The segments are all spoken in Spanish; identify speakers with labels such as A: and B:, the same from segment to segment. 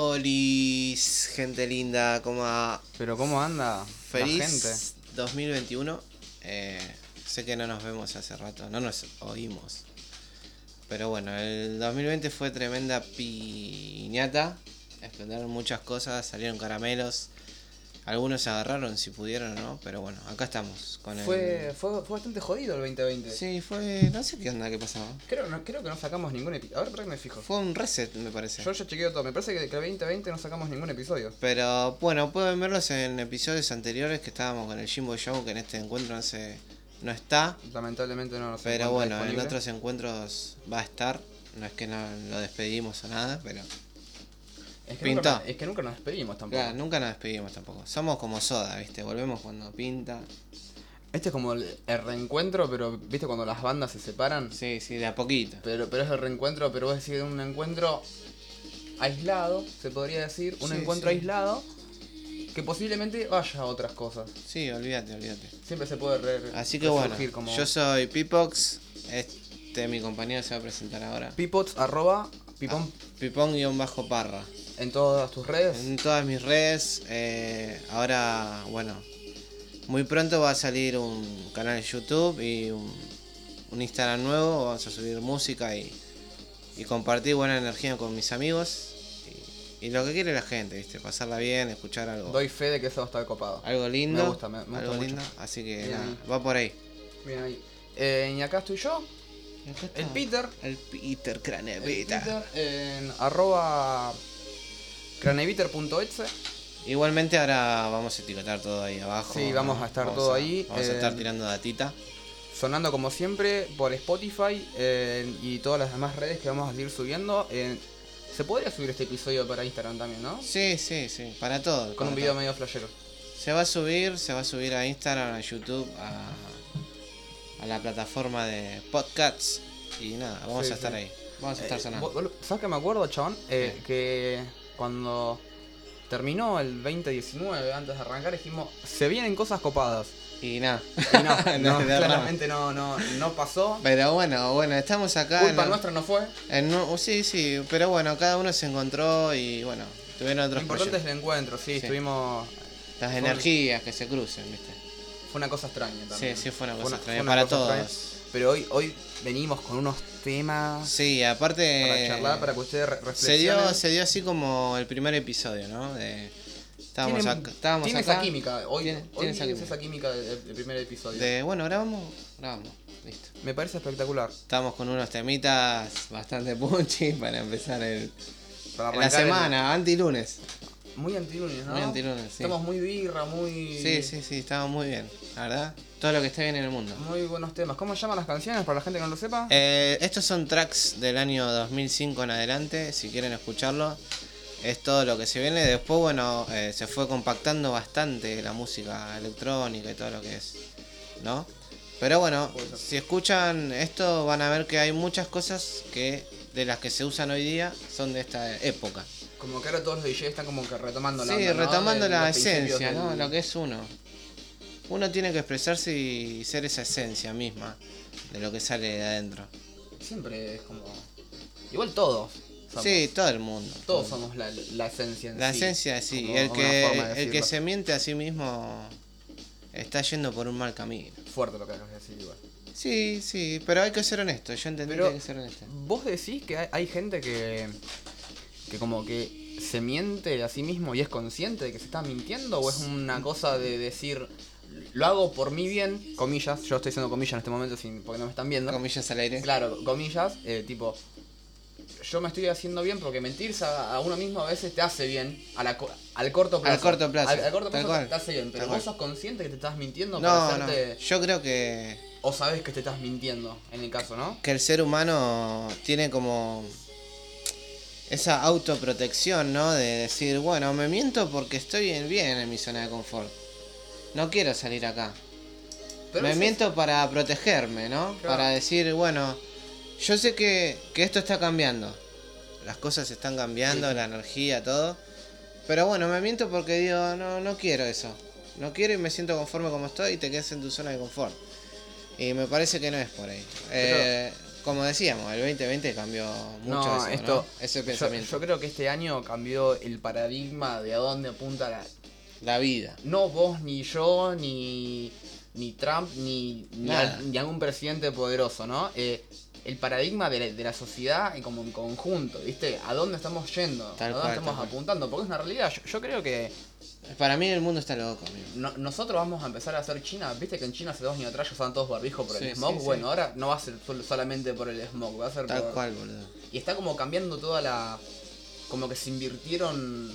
A: Olis, gente linda, ¿cómo va?
B: Pero ¿cómo anda
A: Feliz
B: la gente?
A: 2021. Eh, sé que no nos vemos hace rato, no nos oímos. Pero bueno, el 2020 fue tremenda piñata. Explotaron muchas cosas, salieron caramelos. Algunos se agarraron si pudieron o no, pero bueno, acá estamos. Con el-
B: Fue, fue, fue bastante jodido el 2020.
A: Sí, fue. No sé qué onda, qué pasaba.
B: Creo, no, creo que no sacamos ningún episodio. A ver, para que me fijo.
A: Fue un reset, me parece.
B: Yo ya chequeo todo. Me parece que, que el 2020 no sacamos ningún episodio.
A: Pero bueno, pueden verlos en episodios anteriores que estábamos con el Jimbo Show, que en este encuentro no, se, no está.
B: Lamentablemente no nos
A: Pero
B: encuentra
A: bueno,
B: disponible.
A: en otros encuentros va a estar. No es que no lo despedimos o nada, pero.
B: es que
A: pinta.
B: Nunca, es que nunca nos despedimos tampoco.
A: Claro, nunca nos despedimos tampoco. Somos como soda, ¿viste? Volvemos cuando pinta.
B: Este es como el, el reencuentro, pero viste cuando las bandas se separan.
A: Sí, sí, de a poquito.
B: Pero, pero es el reencuentro, pero vos decís un encuentro aislado, se podría decir. Un
A: Sí,
B: encuentro
A: sí.
B: aislado que posiblemente vaya a otras cosas.
A: Sí, olvídate, olvídate.
B: Siempre se puede re-
A: Así que bueno,
B: resurgir como-
A: yo soy Pipox. Este, mi compañero se va a presentar ahora.
B: Pipots, arroba, pipón
A: Pipón-parra.
B: en todas tus redes.
A: Ah. En todas mis redes. eh, ahora, bueno, muy pronto va a salir un canal de YouTube y un, un Instagram nuevo. Vamos a subir música y, y compartir buena energía con mis amigos. Y, y lo que quiere la gente, ¿viste? Pasarla bien, escuchar algo.
B: Doy fe de que eso va a estar copado.
A: Algo lindo.
B: Me gusta, me- me gusta
A: algo
B: mucho.
A: lindo. Así que
B: Bien.
A: nada, va por ahí.
B: Bien ahí. Eh, y acá estoy yo, el Peter.
A: El Ah. Peter
B: el
A: Cranevita.
B: Peter, en arroba craneviter.exe.
A: Igualmente ahora vamos a etiquetar todo ahí abajo.
B: Sí, vamos a estar todo ahí,
A: Vamos a estar
B: eh,
A: tirando datita.
B: Sonando como siempre por Spotify eh, y todas las demás redes que vamos a ir subiendo. Eh, se podría subir este episodio para Instagram también, ¿no?
A: Sí, sí, sí, para todo.
B: Con
A: para
B: un video
A: todo.
B: medio flashero.
A: Se va a subir, se va a subir a Instagram, a YouTube, a, a la plataforma de podcasts. Y nada, vamos
B: Sí,
A: a estar
B: sí.
A: ahí. Vamos a estar
B: Eh,
A: sonando.
B: vos- vos- ¿Sabes que me acuerdo, chabón? Eh,
A: ¿Qué?
B: Que cuando terminó el 2019, antes de arrancar, dijimos, se vienen cosas copadas.
A: Y nada.
B: Y no, no,
A: No, de
B: claramente no, no, no pasó.
A: Pero bueno, bueno, estamos acá.
B: Culpa
A: en-
B: nuestra no fue.
A: en un- sí, sí, pero bueno, cada uno se encontró y bueno, tuvieron
B: Lo
A: otros
B: importante es
A: proyectos.
B: el encuentro, sí,
A: Sí.
B: estuvimos.
A: Las
B: fue-
A: energías que se crucen, ¿viste?
B: Fue una cosa extraña también.
A: Sí, sí, fue una cosa extraña
B: fue una
A: para
B: cosa
A: todos.
B: Pero hoy, hoy venimos con unos temas
A: Sí, aparte.
B: para charlar, para que ustedes re-
A: Se
B: reflexionen.
A: dio, se dio así como el primer episodio, ¿no? De- estábamos
B: Tienen-
A: acá, estábamos
B: tiene
A: acá,
B: esa química, hoy,
A: Tiene-
B: hoy
A: tiene esa
B: es
A: química.
B: esa química del, del primer episodio.
A: de, bueno, grabamos, grabamos, listo.
B: Me parece espectacular.
A: Estábamos con unos temitas bastante punchy para empezar el,
B: Para
A: la
B: arrancar el-
A: semana, anti-lunes.
B: Muy antilunes, ¿no?
A: Muy antilunes, sí.
B: Estamos muy birra, muy.
A: Sí, sí, sí, estábamos muy bien, la verdad. Todo lo que está bien en el mundo.
B: Muy buenos temas. ¿Cómo se llaman las canciones para la gente que no lo sepa?
A: Eh, estos son tracks del año 2005 en adelante, si quieren escucharlo. Es todo lo que se viene. Después, bueno, eh, se fue compactando bastante la música electrónica y todo lo que es, ¿no? Pero bueno,
B: Puede ser.
A: si escuchan esto van a ver que hay muchas cosas que de las que se usan hoy día son de esta época.
B: Como que ahora todos los DJs están como que retomando la
A: Sí,
B: onda, ¿no?
A: retomando
B: De-
A: la
B: los principios
A: esencia, ¿no?
B: del-
A: Lo que es uno. Uno tiene que expresarse y ser esa esencia misma de lo que sale de adentro.
B: Siempre es como. Igual todos. somos-
A: Sí, todo el mundo.
B: Todos somos la, la esencia en
A: La
B: sí.
A: esencia, sí.
B: Como
A: El
B: una forma
A: que,
B: de
A: el que
B: decirlo.
A: se miente a sí mismo está yendo por un mal camino.
B: Fuerte lo que acabas de decir, igual.
A: Sí, sí, pero hay que ser honesto. Yo entendí
B: Pero-
A: que hay que ser honesto.
B: Vos decís que hay, hay gente que. que como que se miente a sí mismo y es consciente de que se está mintiendo, o es una cosa de decir. Lo hago por mi bien, comillas. Yo estoy haciendo comillas en este momento sin, porque no me están viendo.
A: Comillas al aire.
B: Claro, comillas, eh, tipo, yo me estoy haciendo bien porque mentirse a, a uno mismo a veces te hace bien a la co- al corto plazo.
A: Al corto plazo,
B: Al, al corto
A: tal
B: plazo
A: cual,
B: te hace bien, pero
A: tal
B: vos
A: cual.
B: sos consciente que te estás mintiendo
A: No,
B: para
A: no.
B: hacerte...
A: Yo creo que,
B: O sabes que te estás mintiendo, en el caso, ¿no?
A: que el ser humano tiene como esa autoprotección, ¿no? De decir, bueno, me miento porque estoy en- bien en mi zona de confort. No quiero salir acá.
B: Pero
A: me
B: eso es-
A: miento para protegerme, ¿no?
B: Claro.
A: Para decir, bueno, yo sé que, que esto está cambiando. Las cosas están cambiando,
B: Sí.
A: la energía, todo. Pero bueno, me miento porque digo, no, no quiero eso. No quiero y me siento conforme como estoy y te quedas en tu zona de confort. Y me parece que no es por ahí. Eh, como decíamos, el 2020 cambió mucho
B: no,
A: eso,
B: esto,
A: ¿no? ese
B: yo-
A: pensamiento.
B: Yo, creo que este año cambió el paradigma de a dónde apunta la...
A: La vida.
B: No vos, ni yo, ni, ni Trump, ni, ni,
A: Nada.
B: al- ni algún presidente poderoso, ¿no? Eh, el paradigma de la, de la sociedad en como en conjunto, ¿viste? ¿A dónde estamos yendo?
A: Tal
B: ¿A dónde
A: cual,
B: estamos
A: tal cual.
B: apuntando? Porque es una realidad. Yo, yo creo que
A: Para mí el mundo está loco, amigo.
B: no- nosotros vamos a empezar a hacer China. ¿Viste que en China hace dos años atrás ya usaban todos barbijo por el
A: Sí,
B: smog?
A: sí, sí.
B: bueno, ahora no va a ser sol- solamente por el smog, va a ser
A: Tal
B: por,
A: cual, boludo.
B: y está como cambiando toda la. Como que se invirtieron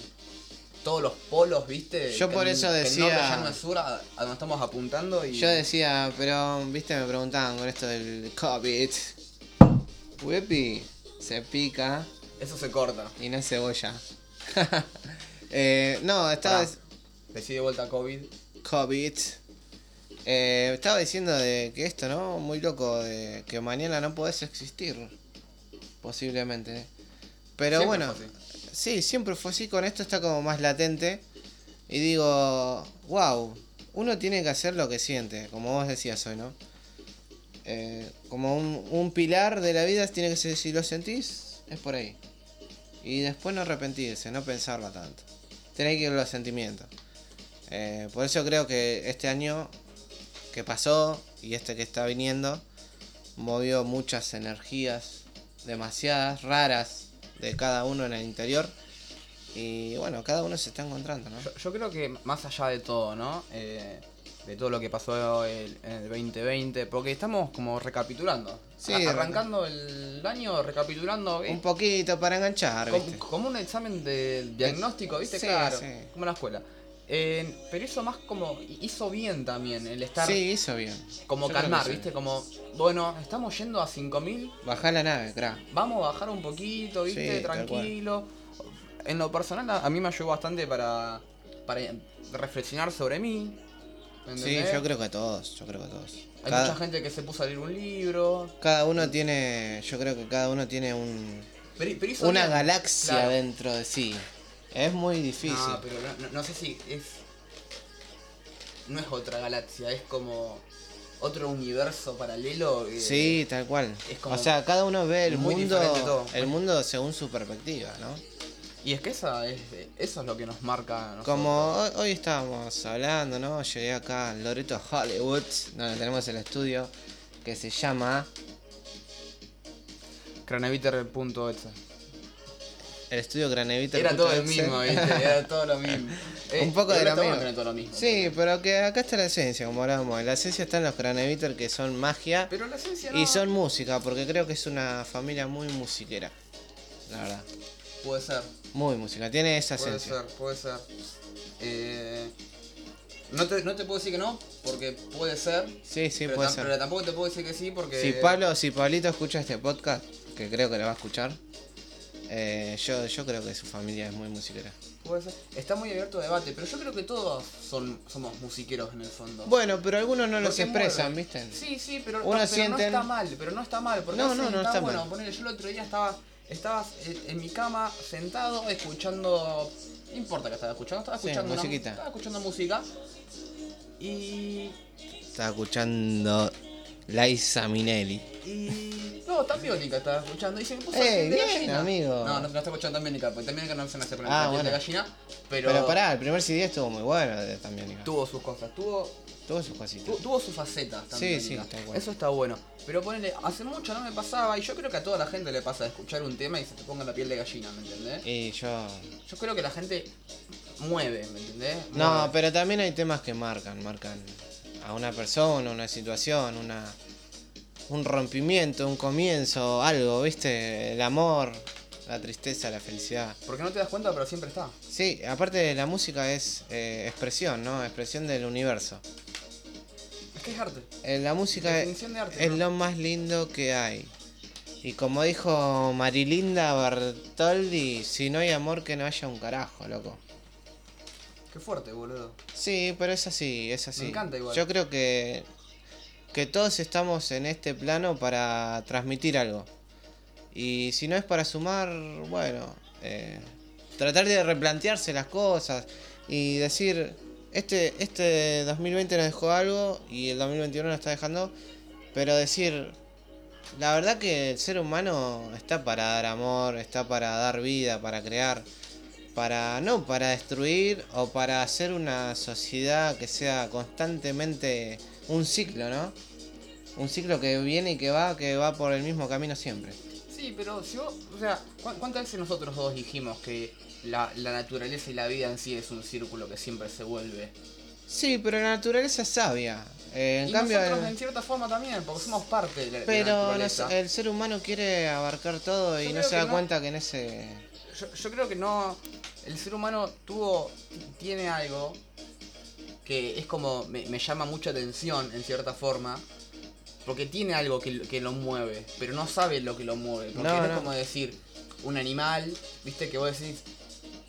B: todos los polos, ¿viste?
A: Yo
B: Que
A: por
B: en-
A: eso
B: que en
A: decía-
B: norte ya no es sur a, a donde estamos apuntando y.
A: Yo decía, pero, viste, me preguntaban con esto del COVID. Wepi se pica
B: Eso se corta.
A: y no es cebolla. Eh, no, estaba...
B: Pará. Decí de vuelta COVID.
A: COVID. Eh, estaba diciendo de que esto, ¿no? Muy loco, de que mañana no podés existir. Posiblemente. Pero
B: Siempre
A: bueno,
B: fue
A: sí, siempre fue así. Con esto está como más latente. Y digo, wow, uno tiene que hacer lo que siente, como vos decías hoy, ¿no? Eh, como un, un pilar de la vida tiene que ser, si lo sentís, es por ahí. Y después no arrepentirse, no pensarlo tanto. Tenés que ir a los sentimientos. Eh, por eso creo que este año que pasó y este que está viniendo movió muchas energías, demasiadas, raras, de cada uno en el interior. Y bueno, cada uno se está encontrando, ¿no?
B: Yo, yo creo que más allá de todo, ¿no? Eh, de todo lo que pasó el- en el 2020, porque estamos como recapitulando.
A: Sí,
B: A- arrancando el año, recapitulando. eh,
A: Un poquito para enganchar,
B: Com-
A: Ah, ¿viste?
B: Como un examen de diagnóstico, ¿viste?
A: Sí,
B: claro,
A: sí.
B: como en la escuela. Eh, pero hizo más como. Hizo bien también el estar.
A: Sí, hizo bien.
B: como
A: Yo creo
B: calmar,
A: que sí.
B: ¿viste? Como, bueno, estamos yendo a 5000,
A: Bajá la nave, cra.
B: vamos a bajar un poquito, ¿viste?
A: Sí, tal cual.
B: Tranquilo. En lo personal, a, a mí me ayudó bastante para, para reflexionar sobre mí. ¿me
A: Sí,
B: entendés?
A: yo creo que a todos, yo creo que a todos.
B: Hay mucha
A: Cada,
B: gente que se puso a leer un libro.
A: cada uno tiene, yo creo que cada uno tiene un,
B: Pero, pero hizo
A: una
B: bien,
A: galaxia
B: claro.
A: dentro de sí. Es muy difícil.
B: No, pero no, no- no sé si es. No es otra galaxia, es como otro universo paralelo. eh,
A: Sí, tal cual.
B: es como
A: o sea, cada uno ve el
B: muy diferente
A: mundo,
B: todo.
A: el mundo según su perspectiva, ¿no?
B: Y es que esa es, eso es lo que nos marca. a nosotros.
A: Como hoy, hoy estábamos hablando, ¿no? Llegué acá en Loreto Hollywood, donde tenemos el estudio que se llama
B: Craneviter.exe.
A: el estudio Granevita.
B: Era todo el
A: Puto
B: mismo,
A: Excel.
B: ¿viste? Era todo lo mismo. Eh,
A: Un poco de
B: pero
A: lo
B: estamos
A: mismo.
B: teniendo todo lo mismo.
A: Sí, pero que acá está la esencia, como hablábamos. La esencia está en los Graneviter que son magia
B: Pero la esencia no
A: y son música, porque creo que es una familia muy musiquera. La verdad,
B: Puede ser,
A: muy música, tiene esa
B: puede
A: esencia.
B: ser, puede ser. Eh, no, te, no te puedo decir que no, porque puede ser.
A: Sí, sí,
B: pero,
A: puede
B: tam-
A: ser.
B: pero tampoco te puedo decir que sí, porque.
A: Si Pablo, si Pablito escucha este podcast, que creo que lo va a escuchar, eh, yo, yo creo que su familia es muy musiquera.
B: Puede ser. Está muy abierto a debate, pero yo creo que todos son, somos musiqueros en el fondo.
A: Bueno, pero algunos no los
B: Porque
A: expresan,
B: mueve.
A: ¿viste?
B: Sí, sí, pero,
A: Uno
B: no, pero
A: siente-
B: no está mal, pero no está mal. Porque
A: No,
B: a veces
A: no, no
B: está,
A: está
B: bueno,
A: mal.
B: ponele, yo el otro día estaba, estaba eh, en, en mi cama sentado escuchando... No importa que estaba escuchando, estaba
A: Sí,
B: escuchando... una-
A: musiquita.
B: estaba escuchando música y...
A: Estaba escuchando Liza Minelli.
B: Y. No, Tambiónica estaba escuchando. Y se me puso
A: Eh,
B: la piel de
A: bien,
B: gallina.
A: amigo.
B: No, no, no estaba escuchando Tambiónica, porque Tambiónica no se me hace poner
A: Ah,
B: la piel de
A: bueno.
B: gallina. Pero,
A: Pero, pará, el primer CD estuvo muy bueno de- también. digo.
B: tuvo sus cosas, tuvo
A: Tuvo sus
B: Tu-
A: cositas.
B: tuvo sus facetas también.
A: Sí, sí,
B: diga.
A: está bueno.
B: Eso está bueno. Pero ponele, hace mucho no me pasaba, y yo creo que a toda la gente le pasa de escuchar un tema y se te ponga la piel de gallina, ¿me entendés?
A: Y yo...
B: Yo creo que la gente mueve, ¿me entendés?
A: No,
B: Mueve.
A: pero también hay temas que marcan, marcan a una persona, una situación, una un rompimiento, un comienzo, algo, ¿viste? El amor, la tristeza, la felicidad.
B: Porque no te das cuenta, pero siempre está.
A: Sí, aparte la música es eh, expresión, ¿no? Expresión del universo.
B: Es que es arte.
A: Eh, la música es,
B: Definición de arte.
A: es
B: ¿no?
A: lo más lindo que hay. Y como dijo Marilinda Bertoldi, si no hay amor que no haya un carajo, loco.
B: Qué fuerte, boludo.
A: Sí, pero es así, es así.
B: encanta igual.
A: Yo creo que, que todos estamos en este plano para transmitir algo. Y si no es para sumar, bueno, eh, tratar de replantearse las cosas y decir, este, este 2020 nos dejó algo y el 2021 nos está dejando, pero decir, La verdad que el ser humano está para dar amor, está para dar vida, para crear, para no para destruir o para hacer una sociedad que sea constantemente un ciclo, ¿no? Un ciclo que viene y que va, que va por el mismo camino siempre.
B: Sí, pero si vos, o sea, ¿cu- ¿cuántas veces nosotros dos dijimos que la, la naturaleza y la vida en sí es un círculo que siempre se vuelve?
A: Sí, pero la naturaleza es sabia. Eh, en
B: y
A: cambio,
B: nosotros
A: el-
B: en cierta forma también, porque somos parte de la, de la
A: pero eh, no
B: naturaleza.
A: sé, el ser humano quiere abarcar todo
B: Yo
A: y no
B: creo
A: se
B: que
A: da
B: no.
A: cuenta que en ese
B: Yo, yo creo que no. El ser humano tuvo. tiene algo que es como. me, me llama mucha atención en cierta forma. Porque tiene algo que, lo- que lo mueve, pero no sabe lo que lo mueve. Porque
A: No,
B: no, es
A: no.
B: como decir un animal, viste, que vos decís.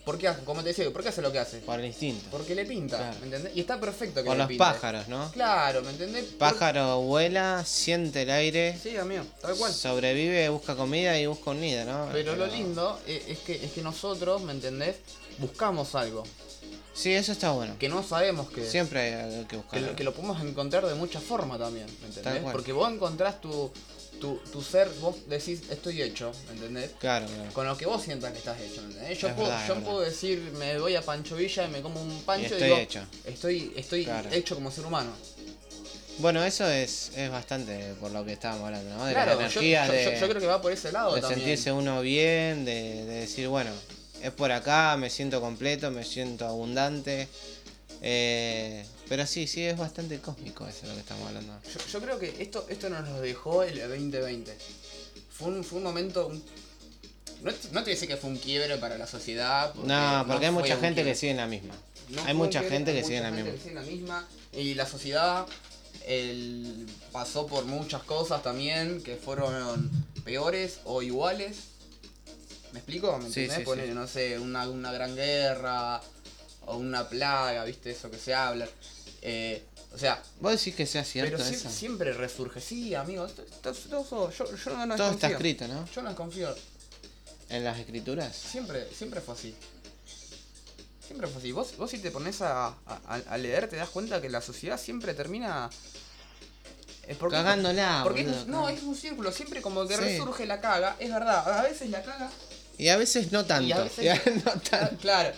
B: ¿Por qué hace? Como te decía, ¿por qué hace lo que hace?
A: por el instinto.
B: Porque le pinta,
A: Claro.
B: ¿me entendés? Y está perfecto que
A: Con
B: le
A: los
B: pinte.
A: pájaros, ¿no?
B: Claro, ¿me entendés? Por-
A: Pájaro vuela, siente el aire,
B: Sí, amigo, tal cual.
A: sobrevive, busca comida y busca un nido, ¿no?
B: Pero lo lindo eh, es que, es que nosotros, ¿me entendés? Buscamos algo.
A: Sí, eso está bueno.
B: que no sabemos que,
A: Siempre hay algo que
B: que,
A: buscar.
B: lo, que lo podemos encontrar de muchas formas también, ¿me entendés?
A: Tal cual.
B: Porque vos encontrás tu, tu, tu ser, vos decís, estoy hecho, ¿me entendés?
A: Claro, claro.
B: Con lo que vos sientas que estás hecho, ¿me entendés? Yo,
A: Es
B: puedo,
A: verdad, es
B: yo
A: verdad.
B: puedo decir, me voy a Pancho Villa y me como un
A: Y
B: pancho y,
A: estoy
B: digo,
A: hecho.
B: estoy, estoy
A: Claro.
B: hecho como ser humano.
A: Bueno, eso es, es bastante por lo que estábamos hablando, ¿no? De
B: claro,
A: la
B: yo,
A: energía,
B: yo-
A: de,
B: yo- yo creo que va por ese lado
A: de
B: también.
A: sentirse uno bien, de, de decir, bueno, es por acá, me siento completo, me siento abundante. Eh, pero sí, sí, es bastante cósmico eso lo que estamos hablando.
B: Yo, yo creo que esto, esto nos lo dejó el 2020. Fue un, fue un momento... un- No, te- no te dice que fue un quiebre para la sociedad.
A: No, porque hay
B: fue
A: mucha
B: un
A: gente
B: quiebre.
A: que sigue en la misma.
B: No
A: hay
B: pueden
A: mucha
B: creer,
A: gente
B: hay
A: que
B: mucha
A: sigue en la
B: gente
A: misma.
B: que sigue en la misma. Y la sociedad el- pasó por muchas cosas también que fueron peores o iguales. ¿Me explico? ¿Me
A: Sí,
B: entendés?
A: sí,
B: Ponele,
A: sí.
B: no sé, una, una gran guerra o una plaga, ¿viste? Eso que se habla. Eh, o sea,
A: ¿Vos decís que sea cierto
B: pero sie-
A: eso?
B: siempre resurge. Sí, amigo, esto- esto- esto- esto- yo, yo
A: Todo
B: no desconfío.
A: está escrito, ¿no?
B: Yo no desconfío.
A: En las escrituras.
B: Siempre, siempre fue así. Siempre fue así. Vos, vos si te pones a, a- a leer te das cuenta que la sociedad siempre termina... Es porque-
A: Cagándola,
B: porque es un-
A: boludo.
B: No, es un círculo. Siempre como que
A: Sí.
B: resurge la caga. Es verdad, a veces la caga.
A: Y a veces no tanto.
B: Y a veces-
A: y a veces no
B: Ah,
A: tanto.
B: Claro.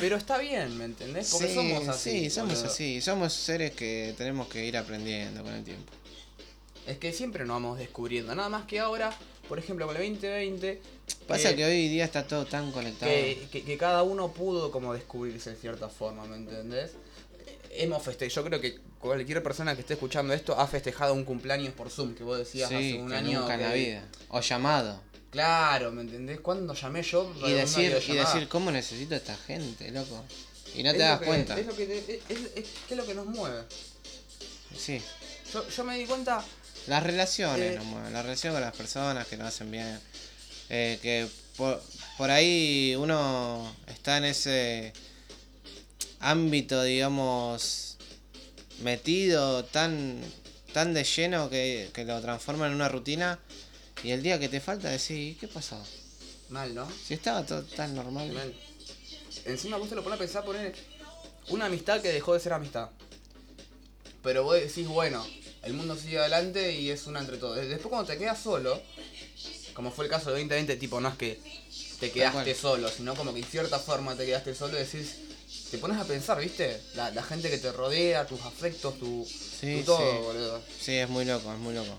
B: Pero está bien, ¿me entendés? ¿Eh? Porque
A: Sí,
B: somos así.
A: Sí, somos
B: boludo.
A: así. Somos seres que tenemos que ir aprendiendo con el tiempo.
B: Es que siempre nos vamos descubriendo. Nada más que ahora, por ejemplo, con el 2020...
A: Pasa
B: eh,
A: que hoy día está todo tan conectado.
B: que, que- que cada uno pudo como descubrirse en cierta forma, ¿me entendés? Hemos festejado, yo creo que cualquier persona que esté escuchando esto ha festejado un cumpleaños por Zoom, que vos
A: Sí,
B: decías hace un
A: que
B: año.
A: nunca en la
B: que-
A: vida. O llamado.
B: Claro, ¿me entendés? ¿Cuándo llamé yo? para
A: Y
B: una
A: decir, y
B: videollamada?
A: decir, ¿cómo necesito a esta gente, loco? Y no
B: Es
A: te
B: lo
A: das
B: que-
A: cuenta.
B: Es lo que, te- es- es- es- que es lo que nos mueve.
A: Sí.
B: Yo, yo me di cuenta,
A: Las relaciones
B: Eh.
A: nos mueven, la relación con las personas que nos hacen bien. Eh, que por, por ahí uno está en ese ámbito, digamos, metido tan, tan de lleno que, que lo transforma en una rutina. Y el día que te falta decís, ¿qué pasó?
B: mal, ¿no?
A: Si estaba todo tan normal.
B: Mal. Encima vos te lo pones a pensar poner una amistad que dejó de ser amistad. Pero vos decís, bueno, el mundo sigue adelante y es una entre todos. Después cuando te quedas solo, como fue el caso de 2020, tipo, no es que te quedaste
A: cual.
B: solo, sino como que en cierta forma te quedaste solo y decís, te pones a pensar, ¿viste? La, la gente que te rodea, tus afectos, tu,
A: Sí,
B: tu todo,
A: sí.
B: boludo.
A: Sí, es muy loco, es muy loco.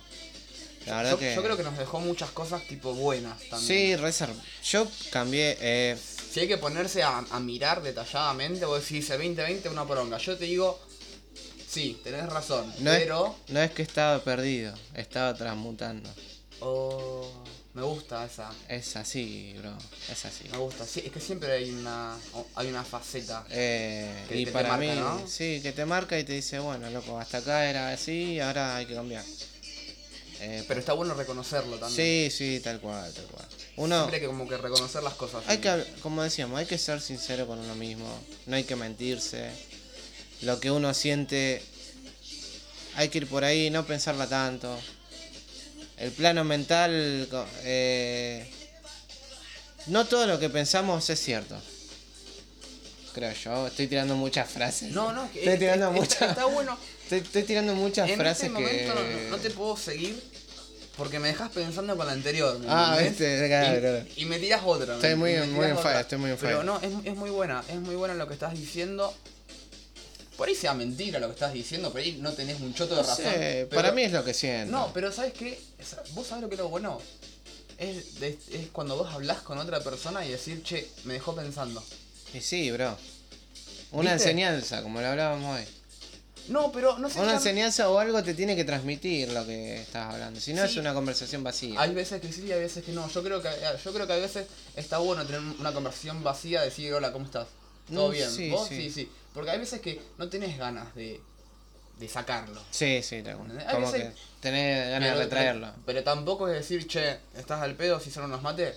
A: La verdad
B: Yo,
A: que...
B: yo creo que nos dejó muchas cosas tipo buenas
A: Sí,
B: también.
A: reserv. Yo cambié... eh,
B: Si hay que ponerse a, a mirar detalladamente, vos decís el 2020 una poronga. Yo te digo, sí, tenés razón,
A: No es-
B: pero.
A: No es que estaba perdido, estaba transmutando.
B: Oh, me gusta esa.
A: Es así, bro, es así.
B: Me gusta. Sí, es que siempre hay una, o- hay una faceta.
A: Eh,
B: Que
A: y
B: te- te
A: para
B: marca,
A: mí,
B: ¿no?
A: sí, que te marca y te dice, bueno, loco, hasta acá era así, ahora hay que cambiar. Eh,
B: Pero está bueno reconocerlo
A: sí,
B: también.
A: sí, tal cual, tal cual. Uno,
B: Siempre hay que como que reconocer las cosas.
A: hay que, hab- como decíamos, hay que ser sincero con uno mismo, no hay que mentirse. Lo que uno siente, hay que ir por ahí, no pensarla tanto. El plano mental, co- eh, no todo lo que pensamos es cierto. Creo yo, estoy tirando muchas frases.
B: No, no, que
A: estoy
B: es-
A: tirando
B: es- está,
A: muchas,
B: está bueno.
A: estoy, estoy tirando muchas
B: en
A: frases
B: este momento
A: que
B: no, no te puedo seguir Porque me dejas pensando con la anterior. ¿me
A: Ah,
B: entendés?
A: viste, claro,
B: Y-
A: claro.
B: Y, me tiras otra.
A: Estoy
B: me-
A: muy-
B: me
A: muy
B: tirás
A: en
B: otra.
A: fire, estoy muy en
B: Pero
A: fire.
B: no, es, es muy buena, es muy buena lo que estás diciendo. Por ahí sea mentira lo que estás diciendo, por ahí no tenés un choto de razón.
A: Sí,
B: pero-
A: para mí es lo que siento.
B: No, pero ¿sabes qué? Sa- ¿Vos sabés lo que es lo bueno? Es, de- es cuando vos hablas con otra persona y decir, che, me dejó pensando.
A: Y sí, bro. Una
B: ¿Viste?
A: enseñanza, como lo hablábamos hoy.
B: No, pero no sé.
A: Una
B: ya-
A: enseñanza o algo te tiene que transmitir lo que estás hablando. Si no,
B: Sí.
A: es una conversación vacía.
B: Hay veces que sí y hay veces que no. Yo creo que eh, yo creo que a veces está bueno tener una conversación vacía, decir hola, ¿cómo estás? ¿Todo
A: Mm,
B: bien?
A: sí,
B: ¿Vos?
A: sí.
B: Sí. sí, Porque hay veces que no tenés ganas de, de sacarlo.
A: Sí, sí, tal cual.
B: Hay
A: Como
B: veces-
A: que tenés ganas de retraerlo.
B: Pero eh, tampoco es decir, che, estás al pedo si solo nos mate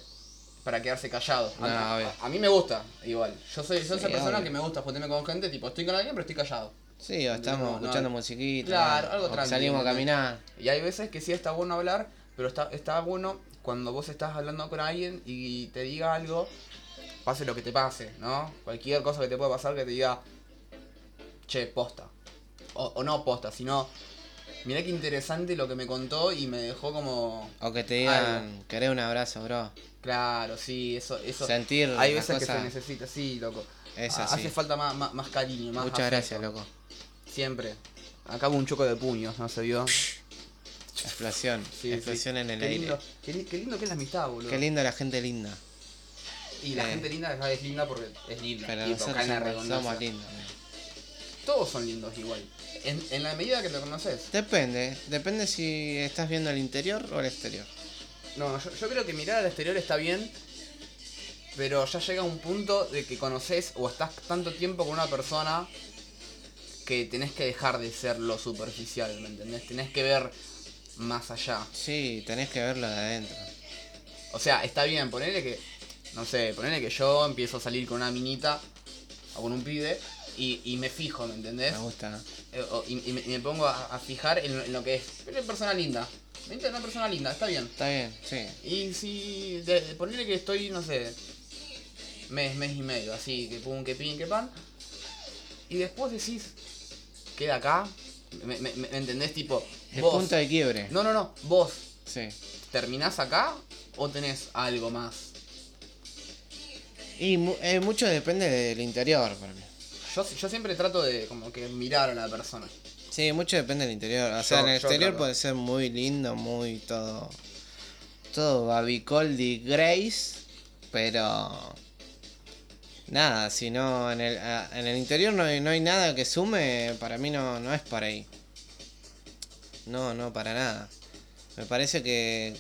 B: para quedarse callado.
A: No,
B: A, a-
A: obvio.
B: a mí me gusta, igual. Yo soy, soy esa
A: Sí,
B: persona
A: obvio.
B: que me gusta juntarme con gente, tipo, estoy con alguien pero estoy callado.
A: Sí, o estamos
B: No, no,
A: escuchando
B: no.
A: musiquita.
B: Claro, algo
A: o que
B: tranqui,
A: Salimos a
B: ¿entendés?
A: caminar.
B: Y hay veces que sí está bueno hablar, pero está, está bueno cuando vos estás hablando con alguien y te diga algo, pase lo que te pase, ¿no? Cualquier cosa que te pueda pasar que te diga, che, posta. O, o no posta, sino, mirá qué interesante lo que me contó y me dejó como,
A: O que te digan, querés un abrazo, bro.
B: claro, sí, eso, eso.
A: Sentir
B: hay
A: las
B: veces que se
A: cosas.
B: necesita, sí, loco.
A: Es
B: Ha-
A: así.
B: Hace falta más, más, más cariño, más
A: Muchas
B: afecto,
A: gracias, loco.
B: Siempre. Acá hubo un choco de puños, ¿no se vio?
A: Explosión.
B: Sí, sí.
A: Explosión en el
B: Qué
A: aire.
B: lindo, qué, li- qué lindo que es la amistad, boludo.
A: Qué linda la gente linda.
B: Y la
A: Eh.
B: gente linda es- es linda porque es linda.
A: Pero
B: tipo,
A: nosotros
B: cae en la
A: somos,
B: redundancia.
A: somos lindos. man.
B: Todos son lindos igual. En, en la medida que te conoces.
A: Depende, depende si estás viendo el interior o el exterior.
B: No, yo, yo creo que mirar al exterior está bien. Pero ya llega un punto de que conoces o estás tanto tiempo con una persona que tenés que dejar de ser lo superficial, ¿me entendés? Tenés que ver más allá.
A: Sí, tenés que verlo de adentro.
B: O sea, está bien, ponerle que. No sé, ponerle que yo empiezo a salir con una minita o con un pibe y, y me fijo, ¿me entendés?
A: Me gusta.
B: Eh, o- y, y me, y me pongo a, a fijar en, lo- en lo que es. Pero es persona linda. Me interesa una persona linda, está bien.
A: Está bien, sí.
B: Y si. De, de ponerle que estoy, no sé. Mes, mes y medio, así, que pum, que pin, que pan. Y después decís. Queda acá. ¿Me, me- me- me entendés? Tipo.
A: El
B: Vos.
A: punto de quiebre.
B: No, no, no. Vos.
A: Sí.
B: ¿Terminás acá o tenés algo más?
A: Y mu- eh, mucho depende del interior para mí.
B: Yo, yo siempre trato de como que mirar a la persona.
A: Sí, mucho depende del interior. O sea,
B: Yo-
A: en el
B: yo
A: exterior
B: creo.
A: puede ser muy lindo, muy todo. Todo Babicoldi Grace, pero. Nada, si no, en el, a- en el interior no hay, no hay nada que sume, para mí no, no es para ahí. No, no, para nada. Me parece que,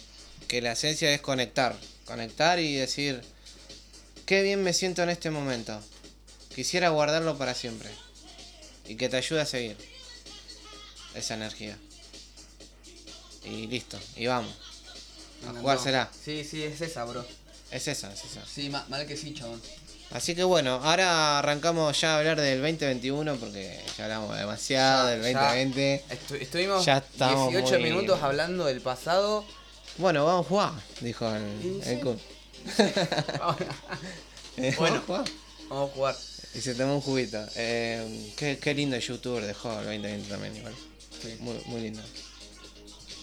A: que la esencia es conectar. Conectar y decir, qué bien me siento en este momento. Quisiera guardarlo para siempre. Y que te ayude a seguir esa energía. Y listo, y vamos.
B: Me
A: A
B: encantó.
A: jugársela.
B: Sí, sí, es esa, bro.
A: Es esa, es esa.
B: Sí, ma- mal que sí, chabón.
A: Así que bueno, ahora arrancamos ya a hablar del 2021 porque ya hablamos demasiado
B: Ya,
A: del
B: ya.
A: 2020.
B: Estu- estuvimos
A: Ya estamos
B: 18
A: muy-
B: minutos hablando del pasado.
A: Bueno, vamos a jugar, dijo el,
B: Y
A: el
B: sí.
A: Kun. Eh,
B: Bueno.
A: vamos a jugar.
B: Vamos a jugar.
A: Y se tomó un juguito. Eh, qué, qué lindo youtuber dejó el 2020 también, igual.
B: Sí.
A: Muy, muy lindo.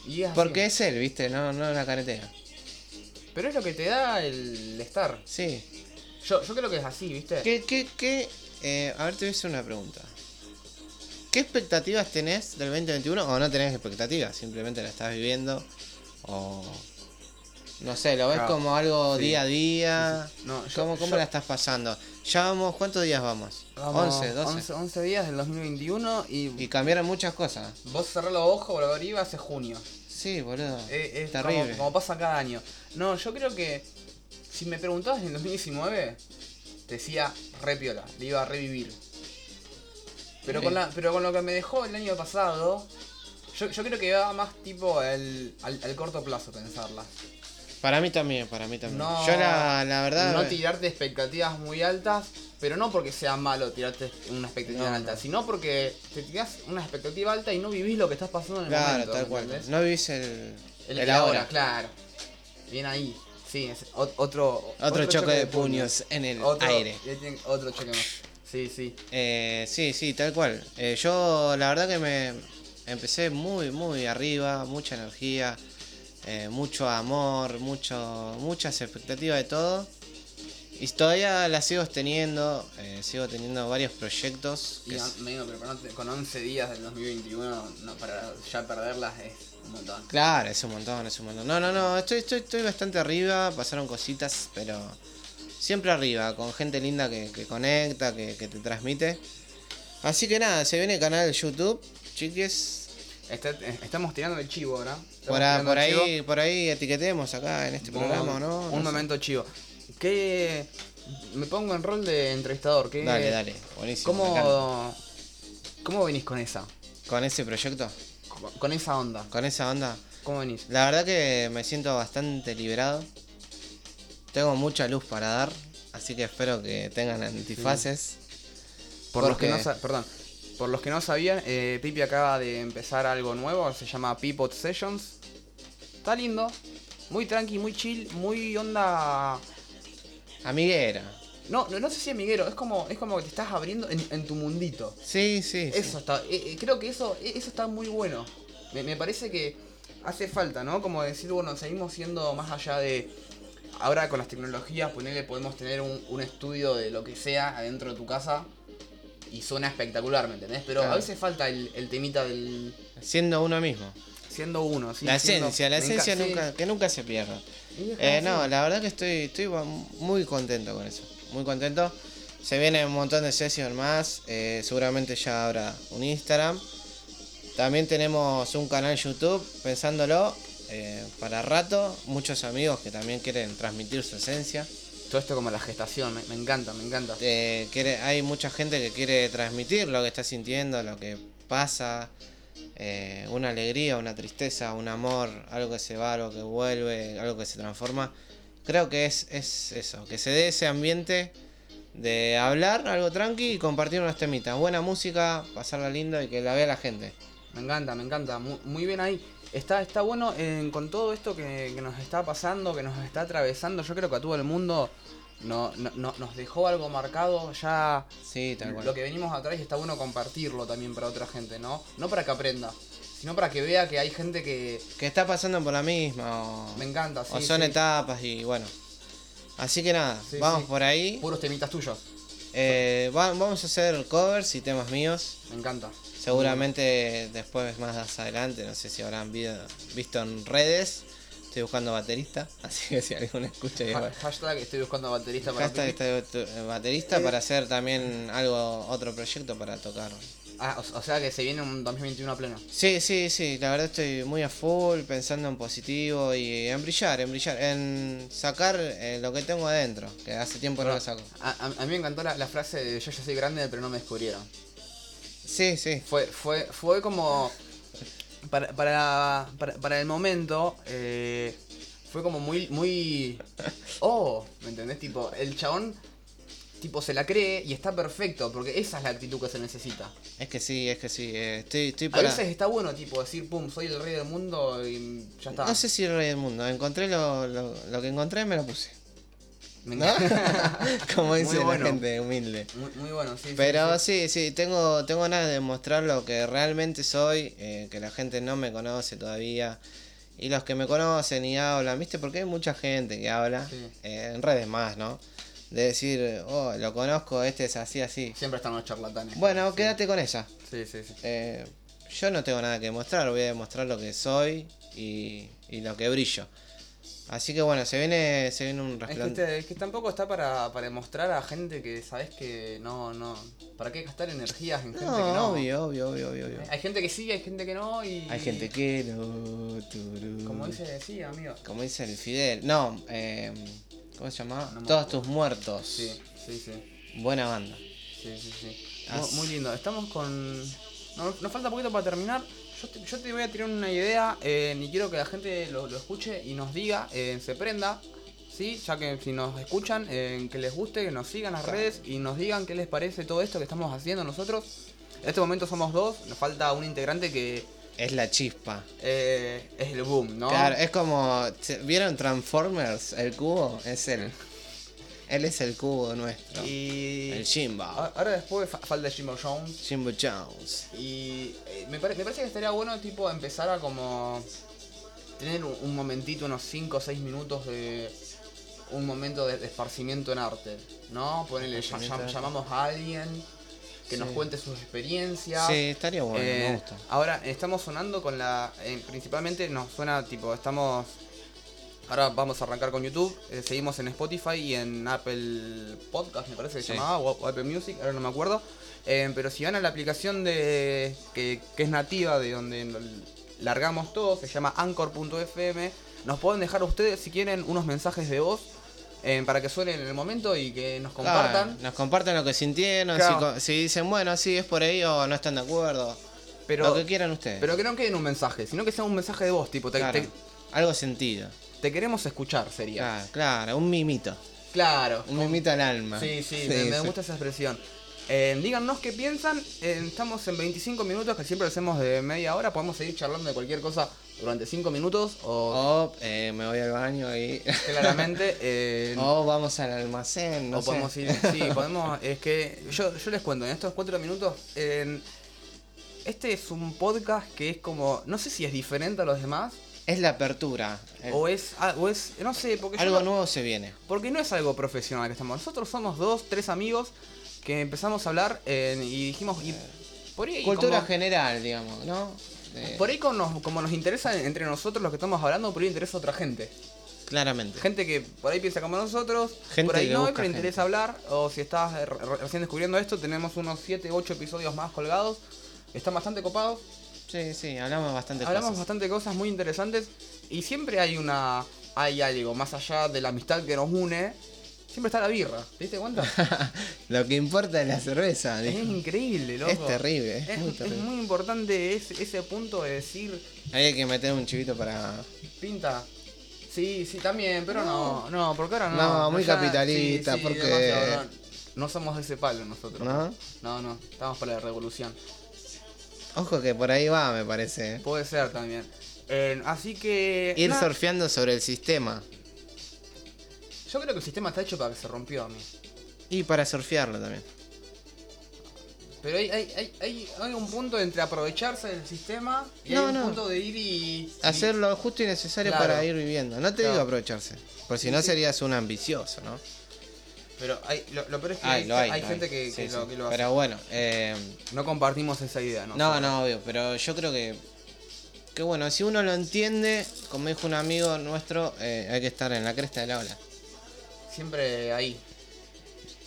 B: Y es así.
A: Porque es él, viste, no, no la caretera.
B: Pero es lo que te da el estar.
A: Sí,
B: Yo, yo creo que es así, ¿viste?
A: ¿Qué, qué, qué? eh, a ver, te voy a hacer una pregunta. ¿Qué expectativas tenés del 2021? ¿O no tenés expectativas? Simplemente la estás viviendo. O. No sé, lo ves
B: Claro,
A: como algo
B: sí.
A: día a día.
B: Sí, sí. No, yo-
A: ¿Cómo, cómo
B: yo-
A: la estás pasando? Ya vamos, ¿cuántos días vamos?
B: Vamos,
A: 11, 12.
B: 11, 11 días del 2021 y,
A: Y cambiaron muchas cosas.
B: vos cerrás los ojos, volver arriba hace junio.
A: Sí, boludo.
B: Eh, es
A: Terrible.
B: Como, como pasa cada año. No, yo creo que si me preguntabas en 2019, te decía re piola, le iba a revivir. Pero,
A: Sí.
B: con, la, pero con lo que me dejó el año pasado, yo, yo creo que va más tipo al, al, al corto plazo pensarla.
A: Para mí también, para mí también.
B: No,
A: Yo la, la verdad.
B: No tirarte expectativas muy altas, pero no porque sea malo tirarte una expectativa
A: No,
B: alta,
A: no.
B: sino porque te tirás una expectativa alta y no vivís lo que estás pasando en el
A: claro,
B: momento.
A: tal
B: ¿me
A: cual.
B: entendés?
A: No vivís el.
B: El,
A: el
B: ahora,
A: ahora.
B: claro. Bien ahí. Sí, es ot- otro,
A: Otro, choque, de puños en el
B: Otro,
A: aire.
B: ya tienen otro choque más. Sí, sí.
A: Eh, sí, sí, tal cual. Eh, yo la verdad que me empecé muy, muy arriba, mucha energía. eh, mucho amor, mucho, muchas expectativas de todo. Y todavía las sigo teniendo, eh, sigo teniendo varios proyectos.
B: Y
A: que
B: no-
A: es-
B: me digo, pero con once- con 11 días del 2021, no, para ya perderlas es un montón.
A: Claro, es un montón, es un montón. No, no, no, estoy, estoy, estoy bastante arriba, pasaron cositas, pero siempre arriba, con gente linda que, que conecta, que, que te transmite. Así que nada, se viene el canal de YouTube, chiques.
B: Está- eh, estamos tirando el chivo ahora. Estamos
A: Por, a-
B: tirando
A: por
B: el chivo.
A: ahí, por ahí etiquetemos acá en este
B: Un-
A: programa, ¿no?
B: Un
A: No sé.
B: momento chivo. ¿Qué. Me pongo en rol de entrevistador. ¿Qué,
A: Dale, dale, buenísimo. me encanta.
B: ¿Cómo. ¿Cómo venís con esa?
A: Con ese proyecto,
B: Con- Con esa onda.
A: con esa onda.
B: ¿Cómo venís?
A: La verdad que me siento bastante liberado. Tengo mucha luz para dar, así que espero que tengan antifaces.
B: Por los
A: Porque-
B: que no sa- perdón. Por los que no sabían, eh, Pipi acaba de empezar algo nuevo, se llama Pipot Sessions. Está lindo, muy tranqui, muy chill, muy onda.
A: Amiguera.
B: No, no, no sé si amiguero, es como, es como que te estás abriendo en, en tu mundito.
A: Sí, sí. sí.
B: Eso está, eh, eh, creo que eso, eh, eso está muy bueno. Me, me parece que hace falta, ¿no? Como decir, bueno, seguimos siendo más allá de. Ahora con las tecnologías, ponele, podemos tener un, un estudio de lo que sea adentro de tu casa y suena espectacular, ¿me entendés? Pero a
A: Claro.
B: veces falta el, el temita del.
A: Siendo uno mismo.
B: siendo uno, sí,
A: la
B: siendo-
A: esencia, la
B: me enca-
A: esencia
B: sí.
A: nunca, que nunca se pierda.
B: Y es como
A: Eh,
B: así.
A: no, la verdad que estoy, estoy ba- muy contento con eso. Muy contento. Se vienen un montón de sesiones más. eh, seguramente ya habrá un Instagram. También tenemos un canal YouTube, pensándolo, eh, para rato. Muchos amigos que también quieren transmitir su esencia.
B: Todo esto como la gestación, me, me encanta, me encanta.
A: Eh, quiere- hay mucha gente que quiere transmitir lo que está sintiendo, lo que pasa, eh, una alegría, una tristeza, un amor, algo que se va, algo que vuelve, algo que se transforma. Creo que es, es eso, que se dé ese ambiente de hablar algo tranqui y compartir unos temitas. Buena música, pasarla lindo y que la vea la gente.
B: Me encanta, me encanta. Mu- Muy, bien ahí. Está, está bueno eh, con todo esto que, que nos está pasando, que nos está atravesando. Yo creo que a todo el mundo no, no- no- nos dejó algo marcado ya.
A: Sí, tal cual.
B: Lo que venimos atrás y está bueno compartirlo también para otra gente, ¿no? No para que aprenda, sino para que vea que hay gente que
A: Que está pasando por la misma o,
B: me encanta. Sí,
A: o son
B: sí.
A: etapas y bueno. Así que nada,
B: Sí,
A: vamos
B: sí.
A: por ahí.
B: Puros temitas tuyos.
A: Eh, va- vamos a hacer covers y temas míos.
B: Me encanta.
A: Seguramente después, más adelante, no sé si habrán vi- visto en redes. Estoy buscando baterista, así que si alguno escucha y
B: Ha- Hashtag estoy buscando baterista para
A: Hashtag
B: Pipi.
A: estoy tu- eh, baterista
B: Eh.
A: para hacer también algo, otro proyecto para tocar.
B: Ah, o, o sea que se viene un 2021 a pleno.
A: Sí, sí, sí, la verdad estoy muy a full, pensando en positivo y en brillar, en brillar, en sacar eh, lo que tengo adentro, que hace tiempo no lo saco.
B: A, a- a mí me encantó la, la frase de yo ya soy grande pero no me descubrieron.
A: Sí, sí,
B: Fue, fue, fue como. Para, para, para, para el momento, eh, fue como muy, muy. Oh, ¿me entendés? Tipo, el chabón, tipo, se la cree y está perfecto, porque esa es la actitud que se necesita.
A: es que sí, es que sí, eh, estoy, estoy
B: A
A: para...
B: veces está bueno, tipo, decir, pum, soy el rey del mundo y ya está.
A: No sé si el rey del mundo. Encontré lo, lo, lo que encontré me lo puse.
B: Me
A: ¿No?
B: encanta.
A: Como
B: Muy
A: dice
B: bueno.
A: la gente humilde.
B: muy, muy bueno, sí. sí,
A: Pero
B: sí.
A: sí, sí, tengo, tengo ganas de mostrar lo que realmente soy, eh, que la gente no me conoce todavía. Y los que me conocen y hablan, ¿viste? Porque hay mucha gente que habla,
B: Sí.
A: eh, en redes más, ¿no? De decir, oh, lo conozco, este es así, así.
B: Siempre están los charlatanes.
A: Bueno,
B: Sí.
A: quédate con ella.
B: Sí, sí, sí.
A: Eh, yo no tengo nada que mostrar, voy a demostrar lo que soy y, y lo que brillo. Así que bueno, se viene, se viene un
B: Es que,
A: resplandor.
B: este- es que tampoco está para, para demostrar a gente que sabes que no, no. ¿Para qué gastar energías en gente
A: No,
B: que no?
A: obvio, obvio, obvio, obvio, obvio.
B: Hay gente que sí, hay gente que no y.
A: Hay gente que no. turú.
B: Como dice, sí, amigo.
A: Como dice el Fidel. No, eh, ¿cómo se llamaba?
B: No me
A: Todos
B: acuerdo.
A: tus muertos.
B: Sí, sí, sí.
A: Buena banda.
B: Sí, sí, sí.
A: Ah,
B: Mu-
A: sí.
B: Muy lindo. Estamos con. no- Nos falta poquito para terminar. Yo te, yo te voy a tirar una idea. eh, ni quiero que la gente lo, lo escuche y nos diga, eh, se prenda. Sí, ya que si nos escuchan, eh, que les guste, que nos sigan las
A: Claro.
B: redes y nos digan qué les parece todo esto que estamos haciendo nosotros. En este momento somos dos, nos falta un integrante que
A: Es la chispa.
B: eh, es el boom, ¿no?
A: Claro, es como. ¿Vieron Transformers? El cubo es él. Él es el cubo nuestro.
B: y
A: El Jimba.
B: a- ahora después fa- falta Jimbo Jones.
A: Jimbo Jones.
B: Y eh, me, pare- me parece que estaría bueno tipo empezar a como tener un, un momentito, unos 5 o 6 minutos de un momento de, de esparcimiento en arte, ¿no? Ponele, llam-
A: Esparcimiento en arte.
B: llamamos a alguien que nos
A: Sí.
B: cuente sus experiencias.
A: Sí, estaría bueno,
B: Eh,
A: me gusta.
B: Ahora estamos sonando con la. eh, principalmente nos suena tipo, estamos. Ahora vamos a arrancar con YouTube. eh, seguimos en Spotify y en Apple Podcast, me parece que
A: Sí.
B: se llamaba, o, o Apple Music, ahora no me acuerdo. Eh, pero si van a la aplicación de que, que es nativa de donde l- largamos todo, se llama Anchor.fm. Nos pueden dejar ustedes, si quieren, unos mensajes de voz eh, para que suenen en el momento y que nos compartan.
A: Claro, nos compartan lo que sintieron, si
B: Claro.
A: co- si, dicen, bueno, sí, es por ahí o no están de acuerdo.
B: pero,
A: lo que quieran ustedes.
B: pero que no queden un mensaje, sino que sea un mensaje de voz, tipo, te-
A: Claro,
B: te,
A: algo sentido.
B: Te queremos escuchar, sería.
A: Claro, claro, un mimito.
B: Claro.
A: Un mimito al alma.
B: Sí, sí, me, me
A: sí.
B: gusta esa expresión. Eh, díganos qué piensan. eh, estamos en 25 minutos, que siempre lo hacemos de media hora. Podemos seguir charlando de cualquier cosa durante 5 minutos o
A: O eh, me voy al baño y.
B: claramente. eh,
A: o vamos al almacén. Oh, No
B: o podemos
A: sé.
B: ir. Sí, podemos. Es que yo, yo les cuento, en estos 4 minutos. en- este es un podcast que es como. No sé si es diferente a los demás.
A: Es la apertura. eh,
B: O es. ah, o es no sé, porque yo
A: algo
B: no-
A: nuevo se viene.
B: Porque no es algo profesional que estamos. Nosotros somos dos, tres amigos que empezamos a hablar eh, y dijimos. y por ahí,
A: Cultura
B: como,
A: general, digamos, ¿no? Eh,
B: por ahí con nos- como nos interesa entre nosotros los que estamos hablando, por ahí interesa a otra gente.
A: Claramente.
B: Gente que por ahí piensa como nosotros,
A: Gente
B: por ahí
A: que
B: no,
A: busca
B: pero le
A: gente.
B: interesa hablar. O si estás eh, re- recién descubriendo esto, tenemos unos 7, 8 episodios más colgados. Están bastante copados.
A: Sí, sí, hablamos bastante
B: Hablamos
A: cosas.
B: bastante cosas muy interesantes y siempre hay una hay algo más allá de la amistad que nos une. Siempre está la birra, ¿te diste cuenta?
A: Lo que importa es la cerveza,
B: Es
A: dijo.
B: increíble, loco.
A: Es terrible, es,
B: Es,
A: muy
B: es
A: terrible.
B: muy importante ese, ese punto de decir,
A: Hay que meter un chivito para.
B: pinta. Sí, sí, también, pero no, no, porque ahora no.
A: No, muy
B: ya-
A: capitalista, porque-
B: demasiado, no, no somos de ese palo nosotros.
A: ¿No?
B: no, no, estamos para la revolución.
A: Ojo que por ahí va, me parece. eh.
B: Puede ser también. Eh, así que.
A: Ir
B: nada,
A: surfeando sobre el sistema.
B: Yo creo que el sistema está hecho para que se rompió a mí.
A: Y para surfearlo también.
B: Pero hay, hay, hay, hay, hay un punto entre aprovecharse del sistema y
A: No,
B: hay un
A: no.
B: punto de ir y. y-
A: Hacerlo justo y necesario
B: Claro.
A: para ir viviendo. No te
B: Claro.
A: digo aprovecharse. Por si no
B: sí.
A: serías un ambicioso, ¿no?
B: Pero hay, lo, lo peor es que
A: Ay,
B: hay,
A: lo hay.
B: hay
A: lo
B: gente
A: hay.
B: Que,
A: Sí,
B: que
A: sí.
B: lo, que lo hace.
A: Pero bueno, eh,
B: No compartimos esa idea, ¿no?
A: no, no, obvio. Pero yo creo que. Que bueno, si uno lo entiende, como dijo un amigo nuestro, eh, hay que estar en la cresta de la ola.
B: Siempre ahí.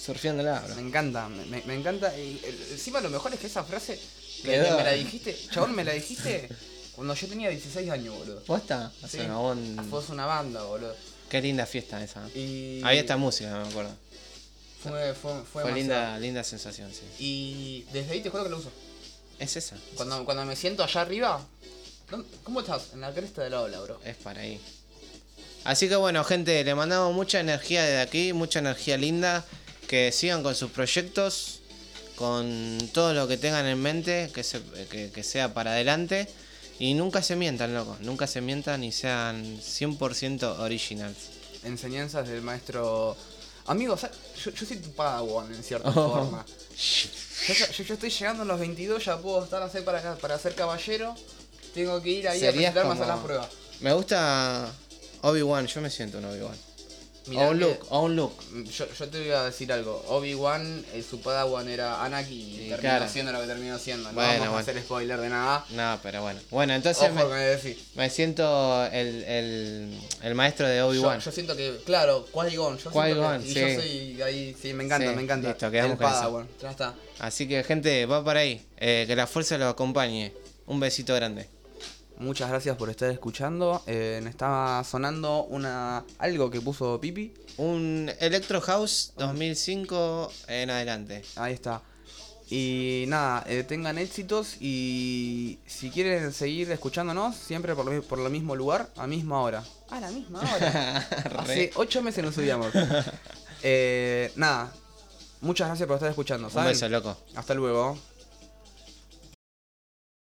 A: Surfeando la ola.
B: Me encanta, me, me- me encanta. Y, eh, encima lo mejor es que esa frase me,
A: Quedó.
B: me- me la dijiste, chabón, me la dijiste cuando yo tenía 16 años, boludo.
A: ¿Posta? O sea,
B: Sí.
A: un-
B: Fue una banda, boludo.
A: Qué linda fiesta esa.
B: Y
A: Había esta música, me acuerdo.
B: Fue, fue, fue
A: Fue
B: demasiado.
A: linda, linda sensación, sí.
B: Y desde ahí te juro que lo uso.
A: Es esa.
B: Cuando, cuando me siento allá arriba, ¿dónde- ¿cómo estás? En la cresta de la ola, bro.
A: Es para ahí. Así que bueno, gente, le mandamos mucha energía desde aquí, mucha energía linda. Que sigan con sus proyectos, con todo lo que tengan en mente, que, se- que- que sea para adelante. Y nunca se mientan, loco. Nunca se mientan y sean 100% originals.
B: Enseñanzas del maestro. Amigo, ¿sabes? yo, yo soy tu padawan en cierta
A: Oh.
B: forma. Yo, yo- yo estoy llegando a los 22, ya puedo estar a ser para, para ser caballero. Tengo que ir ahí
A: Serías
B: a presentar más a
A: como-
B: las pruebas.
A: Me gusta Obi-Wan, yo me siento un Obi-Wan.
B: Mirá
A: O un
B: que-
A: Oh, Luke, o un Luke.
B: Yo, yo te iba a decir algo. Obi-Wan, eh, su padawan era Anakin y terminó
A: claro.
B: siendo lo que terminó siendo. No
A: Bueno,
B: vamos
A: bueno.
B: a hacer spoiler de nada.
A: No, pero bueno. Bueno, entonces
B: Ojo
A: me,
B: que me decís.
A: me siento el, el- el maestro de
B: Yo,
A: Obi-Wan.
B: yo siento que, claro, Qui-Gon. Yo siento
A: Qui-Gon,
B: que- y
A: sí.
B: yo soy ahí, sí, me encanta,
A: Sí,
B: me encanta.
A: listo, quedamos
B: El
A: con eso.
B: padawan, ya está.
A: Así que gente, va para ahí. Eh, que la fuerza los acompañe. Un besito grande.
B: Muchas gracias por estar escuchando. Eh, estaba sonando una algo que puso Pipi.
A: Un Electro House 2005 en adelante.
B: Ahí está. Y nada, eh, tengan éxitos y si quieren seguir escuchándonos, siempre por, lo mi- por el mismo lugar, a misma hora. A la misma hora. Hace
A: Re.
B: ocho meses nos subíamos. Eh, nada, muchas gracias por estar escuchando.
A: Un
B: ¿saben?
A: beso, loco.
B: Hasta luego.